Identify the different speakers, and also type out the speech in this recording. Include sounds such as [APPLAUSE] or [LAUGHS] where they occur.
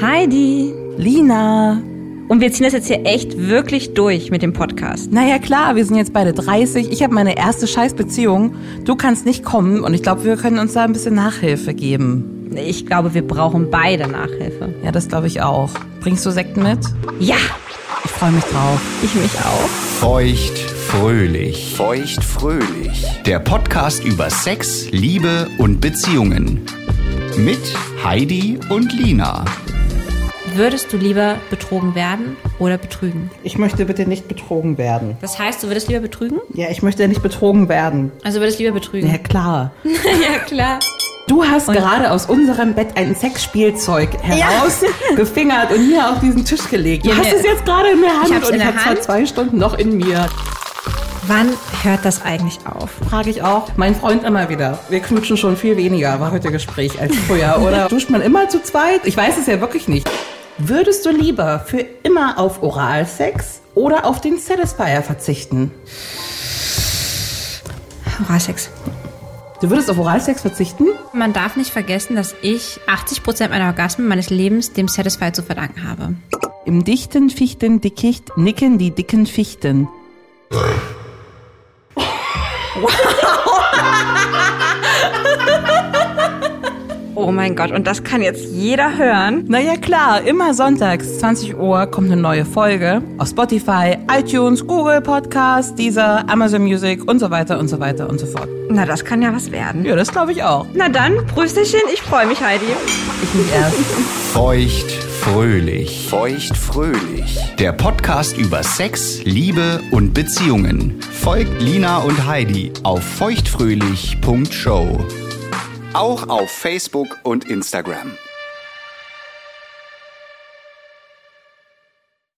Speaker 1: Heidi.
Speaker 2: Lina.
Speaker 1: Und wir ziehen das jetzt hier echt wirklich durch mit dem Podcast.
Speaker 2: Naja, klar, wir sind jetzt beide 30. Ich habe meine erste Scheißbeziehung. Du kannst nicht kommen und ich glaube, wir können uns da ein bisschen Nachhilfe geben.
Speaker 1: Ich glaube, wir brauchen beide Nachhilfe.
Speaker 2: Ja, das glaube ich auch. Bringst du Sekt mit?
Speaker 1: Ja,
Speaker 2: Ich freue mich drauf.
Speaker 1: ich mich auch.
Speaker 3: Feucht fröhlich.
Speaker 4: Feucht fröhlich.
Speaker 3: Der Podcast über Sex, Liebe und Beziehungen. Mit Heidi und Lina.
Speaker 1: Würdest du lieber betrogen werden oder betrügen?
Speaker 5: Ich möchte bitte nicht betrogen werden.
Speaker 1: Das heißt, du würdest lieber betrügen?
Speaker 5: Ja, ich möchte nicht betrogen werden.
Speaker 1: Also würdest lieber betrügen?
Speaker 2: Ja, klar.
Speaker 1: [LAUGHS] ja klar.
Speaker 2: Du hast gerade aus unserem Bett ein Sexspielzeug [LAUGHS] herausgefingert und hier auf diesen Tisch gelegt. Du
Speaker 1: Ja,
Speaker 2: hast
Speaker 1: mir-
Speaker 2: es jetzt gerade in der Hand
Speaker 1: hab's
Speaker 2: und
Speaker 1: in der
Speaker 2: ich habe zwar
Speaker 1: Hand.
Speaker 2: zwei Stunden noch in mir.
Speaker 1: Wann hört das eigentlich auf?
Speaker 2: Frage ich auch meinen Freund immer wieder. Wir knutschen schon viel weniger, war heute Gespräch, als früher, [LAUGHS] oder? Duscht man immer zu zweit? Ich weiß es ja wirklich nicht. Würdest du lieber für immer auf Oralsex oder auf den Satisfier verzichten?
Speaker 1: Oralsex.
Speaker 2: Du würdest auf Oralsex verzichten?
Speaker 1: Man darf nicht vergessen, dass ich 80% meiner Orgasmen meines Lebens dem Satisfy zu verdanken habe.
Speaker 2: Im dichten Fichten dickicht nicken die dicken Fichten.
Speaker 1: Oh mein Gott, und das kann jetzt jeder hören.
Speaker 2: Naja klar, immer sonntags 20 Uhr kommt eine neue Folge auf Spotify, iTunes, Google Podcast, Deezer, Amazon Music und so weiter und so weiter und so fort.
Speaker 1: Na, das kann ja was werden.
Speaker 2: Ja, das glaube ich auch.
Speaker 1: Na dann, Prösterchen, ich freue mich, Heidi.
Speaker 2: Ich mich erst.
Speaker 3: Feucht fröhlich.
Speaker 4: Feucht fröhlich.
Speaker 3: Der Podcast über Sex, Liebe und Beziehungen. Folgt Lina und Heidi auf feuchtfröhlich.show. Auch auf Facebook und Instagram.